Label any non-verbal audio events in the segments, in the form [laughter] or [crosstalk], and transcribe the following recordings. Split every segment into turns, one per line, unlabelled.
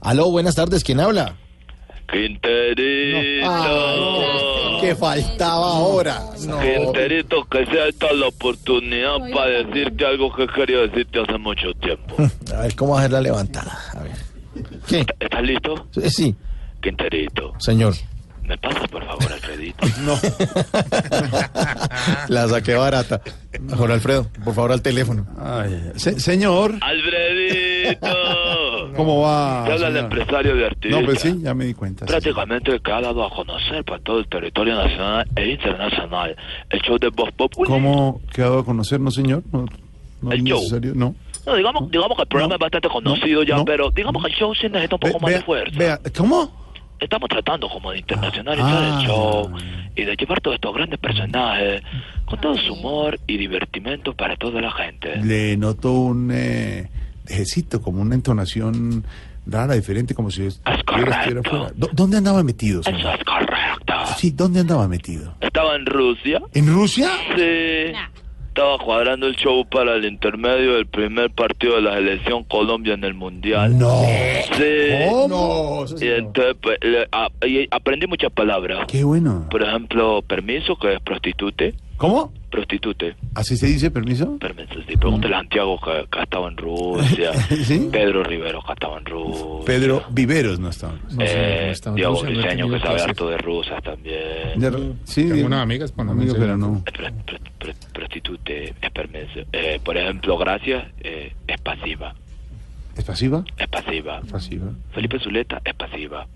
Aló, buenas tardes, ¿quién habla?
Quinterito.
Ay, que faltaba ahora. No.
Ah, Quinterito, que sea esta la oportunidad para decirte algo que quería decirte hace mucho tiempo.
[laughs] A ver, ¿cómo hacer la levantada? A ver. ¿Qué?
¿Estás listo?
Eh, Sí,
Quinterito,
señor.
¿me pasa por favor
[laughs]
Alfredito?
[laughs] La saqué barata. Jorge Alfredo, por favor, al teléfono.
Ay, se- señor,
¡Alfredito!
¿cómo va?
Te habla el
señor?
empresario de artistas.
No, pues sí, ya me di cuenta. sí.
Prácticamente que ha dado a conocer para todo el territorio nacional e internacional el show de Bob Pop.
¿Cómo quedó a conocer, no, señor? No, no
El
es
show.
necesario, no.
No, digamos, digamos que el programa
No,
es bastante conocido
no,
ya,
no.
pero digamos que el show sí necesita un poco
Ve-
más
vea-
de fuerza.
vea, ¿Cómo?
Estamos tratando como de internacionalizar
Ah.
el show y de llevar todos estos grandes personajes con todo su humor y divertimento para toda la gente.
Le noto un eh, dejecito, como una entonación rara, diferente, como si estuviera, estuviera
correcto.
fuera. ¿Dó- ¿Dónde andaba metido,
Eso
señor?
es correcto.
Sí, ¿dónde andaba metido?
Estaba en Rusia.
¿En Rusia?
Sí.
Nah.
Estaba cuadrando el show para el intermedio del primer partido de la selección Colombia en el Mundial.
No.
Sí.
No,
Y entonces pues, le- a- y aprendí muchas palabras.
Qué bueno.
Por ejemplo, permiso, que es prostitute.
¿Cómo?
Prostitute.
¿Así se dice, permiso?
Permiso, sí.
Mm.
Pregúntale a Santiago que, que ha estado en Rusia.
[laughs]
¿Sí?
Pedro Rivero que ha estado en Rusia.
Pedro Viveros no estaba.
No sé,
Eh,
no está en
Diego
Rusia, no he
Briseño que
tenido
sabe
clases.
harto de rusas también.
Ya- sí,
Tengo
digo,
unas amigas
amigo,
panameñas.
pero no.
Eh, pro- pro- pro- prostitute es permiso. Eh, por ejemplo, gracias eh, es pasiva.
¿Es pasiva?
Es pasiva.
Pasiva.
Felipe Zuleta es pasiva.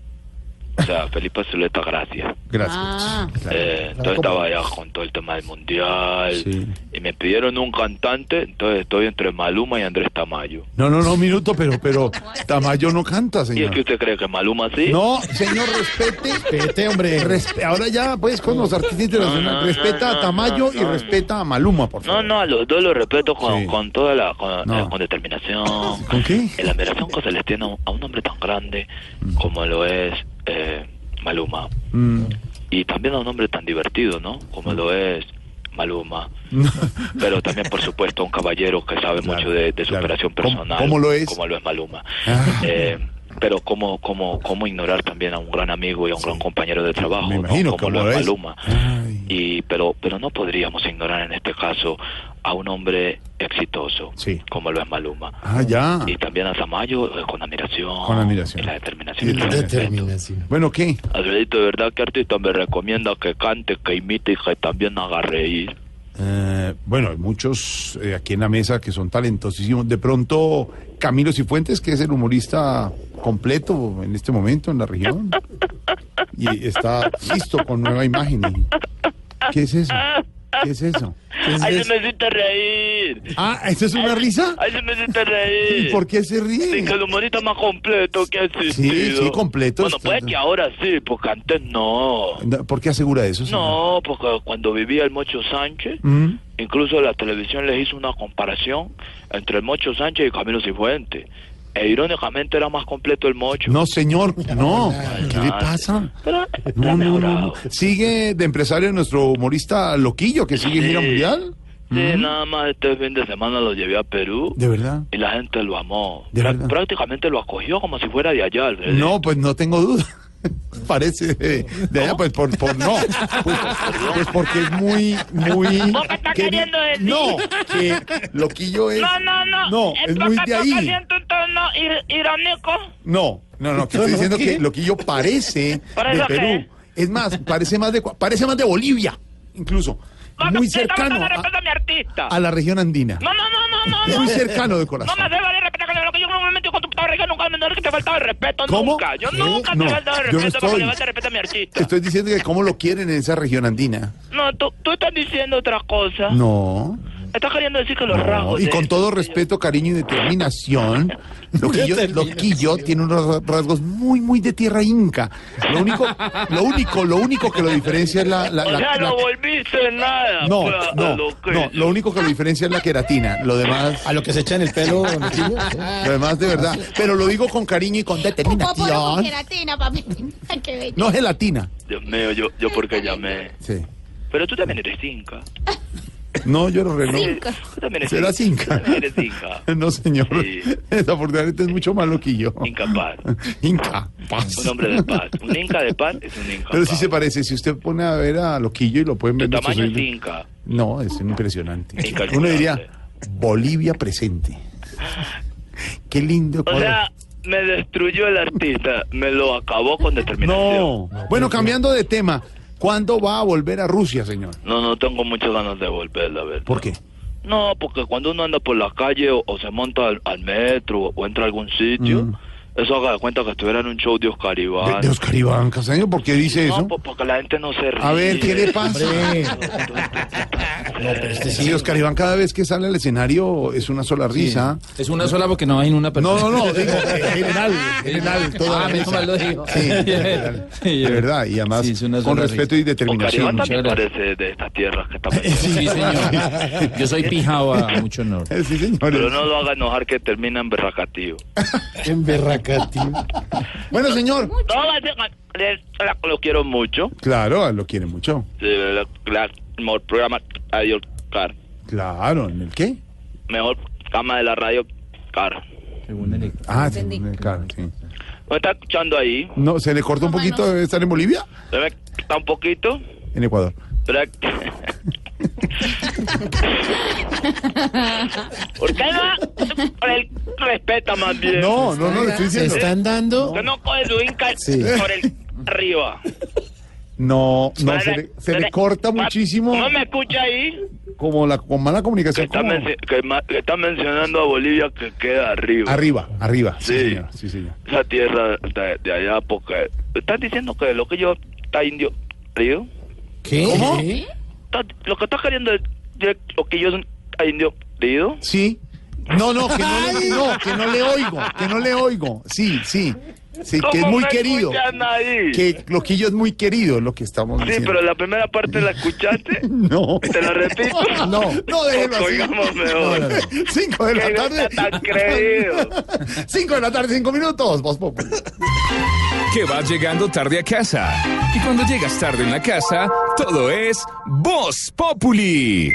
O
[laughs]
sea, Felipe Zuleta, gracias.
Gracias.
Ah.
Claro.
Eh, entonces estaba allá con todo el tema del mundial.
Sí.
Y me pidieron un cantante, entonces estoy entre Maluma y Andrés Tamayo.
No, no, no, un minuto, pero, pero Tamayo no canta,
¿Y es
señor.
que usted cree que Maluma sí?
No, señor, respete.
Vete, hombre.
Respe- ahora ya, pues, con los artistas internacionales,
no, no,
respeta
no,
a Tamayo
no,
y
no.
respeta a Maluma, por
No,
favor.
no, a los dos los respeto con,
Sí.
con toda la con,
No.
eh, con determinación.
[laughs] ¿Con qué?
La admiración que se les tiene a un- a un hombre tan grande como lo es eh, Maluma.
Mm,
Y también a un hombre tan divertido, ¿no? Como lo es Maluma.
[laughs] no.
Pero también, por supuesto, a un caballero que sabe
Claro,
mucho de, de su
claro.
operación
¿Cómo-
personal.
cómo lo es?
Como lo es Maluma.
Ah.
Eh, pero cómo, cómo, cómo ignorar también a un gran amigo y a un gran compañero de trabajo,
Me
¿no?
imagino
como
cómo
lo es
lo es. Ah.
Maluma.
Ay.
Y, pero, pero no podríamos ignorar en este caso a un hombre exitoso,
Sí.
como lo es Maluma.
Ah, ya.
Y también a Samayo eh, con admiración.
Con admiración.
Y la determinación.
Y
y
la
el respeto.
Bueno, ¿qué?
Alfredito, de verdad que artista me recomienda que cante, que imite y que también haga reír.
Eh, bueno, hay muchos eh, aquí en la mesa que son talentosísimos. De pronto, Camilo Cifuentes, que es el humorista completo en este momento en la región. Y está listo con nueva imagen. Y- ¿Qué es eso? ¿Qué Pues es eso?
¡Ay, se me hiciste reír!
Ah, ¿eso es una risa?
¡Ay, se me hiciste reír!
[laughs] ¿Y por qué se
Sí,
ríe?
que el humorista más completo que ha existido.
sí, completo.
Bueno, puede que ahora sí, porque antes no.
No, ¿Por qué asegura eso? señor?
No, porque cuando vivía el Mocho Sánchez,
Mm.
incluso la televisión les hizo una comparación entre el Mocho Sánchez y Camilo Cifuentes. E irónicamente era más completo el Mocho.
No, señor, no. ¿Qué le pasa?
Pero
No,
ha
no, no,
mejorado.
no. ¿Sigue de empresario nuestro humorista Loquillo, que sigue en gira
Sí.
mundial? Mm.
Sí, nada más este fin de semana lo llevé a Perú
¿De verdad?
y la gente lo amó.
¿De
Prá-
verdad?
prácticamente lo acogió como si fuera de allá. Alfredo.
No, pues no tengo duda. [laughs] Parece de, de allá, pues por, por no. Pues, pues porque es muy, muy.
¿Vos qué estás
que-
queriendo decir?
No, que loquillo es.
No, no, no.
No, es muy
porque
de
toca
ahí.
siento un tono ir- irónico.
No, no, no, que estoy diciendo que loquillo parece de
¿Parece qué?
Perú. Es más, parece más de, Cua- parece más de Bolivia, incluso.
Vos
Muy
me- le estás
cercano
faltando el
a,
respeto a mi artista.
a la región andina.
No, no, no, no, no. no.
Muy cercano
No
de
me
corazón.
hace valer respeto con lo que yo no me metí con tu puta barriga, nunca me nunca que te faltaba el respeto,
¿Cómo?
nunca. Yo
¿Qué?
nunca
No,
te he faltado el
yo no
respeto porque
estoy.
le falta el respeto a mi artista.
Estoy diciendo que cómo lo quieren en esa región andina.
No, tú, tú estás diciendo otra cosa.
No.
Estás queriendo decir que los
no.
rasgos.
Y
de-
con todo respeto, cariño y determinación, Loquillo, Loquillo tiene unos rasgos muy, muy de tierra inca. Lo único, lo único, lo único que lo diferencia es la, la-
O
la-
sea,
la-
no volviste nada.
no,
pues, a
no,
lo que-
no, lo único que lo diferencia es la queratina. Lo demás,
A lo que se echa en el pelo, don Loquillo.
lo demás de verdad. Pero lo digo con cariño y con
Un popo con
determinación.
gelatina, papi. [laughs] Ay, qué bello.
No gelatina.
Dios mío, yo, yo porque llamé.
Sí.
Pero tú también eres inca.
No, yo no reloj.
Cinco.
Tú también eres
Será Inca.
Tú también [laughs] eres Inca.
[laughs] No, señor.
Sí.
Desafortunadamente es mucho más loquillo.
Incapaz.
[laughs] Inca.
Un hombre de paz. Un Inca de paz es un Inca.
Pero sí se parece. Si usted pone a ver a loquillo y lo pueden
El
ver.
tamaño
muchos-
es Inca.
No, es impresionante.
Incalculable.
Uno diría, Bolivia presente. Qué lindo.
O
cuadro.
sea, me destruyó el artista. Me lo acabó con determinación.
no. Bueno, cambiando de tema. ¿Cuándo va a volver a Rusia, señor?
No, no tengo muchas ganas de volver, la verdad.
¿Por qué?
No, porque cuando uno anda por la calle o, o se monta al, al metro o, entra a algún sitio, eso haga de cuenta que estuviera en un show de Oscar Iván.
Mm. De, de Oscar Iván Castaño, ¿por qué
Ah.
dice
no,
eso?
pues porque la gente no se ríe.
A ver, ¿qué le pasa? este Sí, Oscar Iván cada vez que sale al escenario es una sola risa.
Es una sola porque no hay una persona.
No, no, no, digo, eh, en general, en general, toda
Pues Ah,
la
menos
mesa.
mal lo dijo.
Sí, en general,
Sí,
de verdad, y además
sí, es una
con
sola
respeto y
Oscar Iván
determinación.
también
muchas
parece de estas tierras que
[laughs]
está
risa.
metiendo.
Sí, señor. Yo soy pijao a mucho honor.
Sí, señores.
Pero no lo haga enojar que termina en berracatío.
En Berracati.
Bueno, señor.
No, la- la- la- lo quiero mucho.
Claro, lo quiere mucho.
Sí, la- la- mejor programa Radio Car.
Claro, ¿en el qué?
Mejor cama de la Radio Car.
Ah, sí, en el claro, sí.
¿Me está escuchando ahí?
No, se le cortó un poquito de estar en Bolivia,
¿Se me está un poquito?
en Ecuador.
Pero... Usted no por el respeta más bien.
No, no, no, le estoy
Se
diciendo.
están dando.
Usted no coge su inca por el arriba.
No, no, se le, se le corta muchísimo
¿No me escucha ahí?
como la con mala
Que
comunicación.
está,
como-
menci- que ma- que está mencionando a Bolivia que queda arriba.
Arriba, arriba. Sí,
Sí.
señor. Sí, señor.
Esa tierra de, de allá, porque... ¿Estás diciendo que lo que yo... Está indio... Río?
¿Qué?
¿Cómo?
Está- Lo que estás queriendo es de- lo que yo... Está indio... Río.
Sí. No, no, que no, le, no, que no le oigo, que no le oigo. Sí, sí. Sí, que es
¿Cómo
muy
me
querido.
escuchan ahí?
Que Loquillo es muy querido, lo que estamos
Sí,
diciendo.
pero la primera parte la escuchaste.
No.
Te la repito.
No, no, déjelo
Nos
así.
colgamos mejor.
No, no, no. Cinco de
Que
la
no
tarde.
está tan creído.
[laughs] Cinco de la tarde, cinco minutos. Voz Populi.
que vas llegando tarde a casa. Y cuando llegas tarde en la casa, todo es Voz Populi.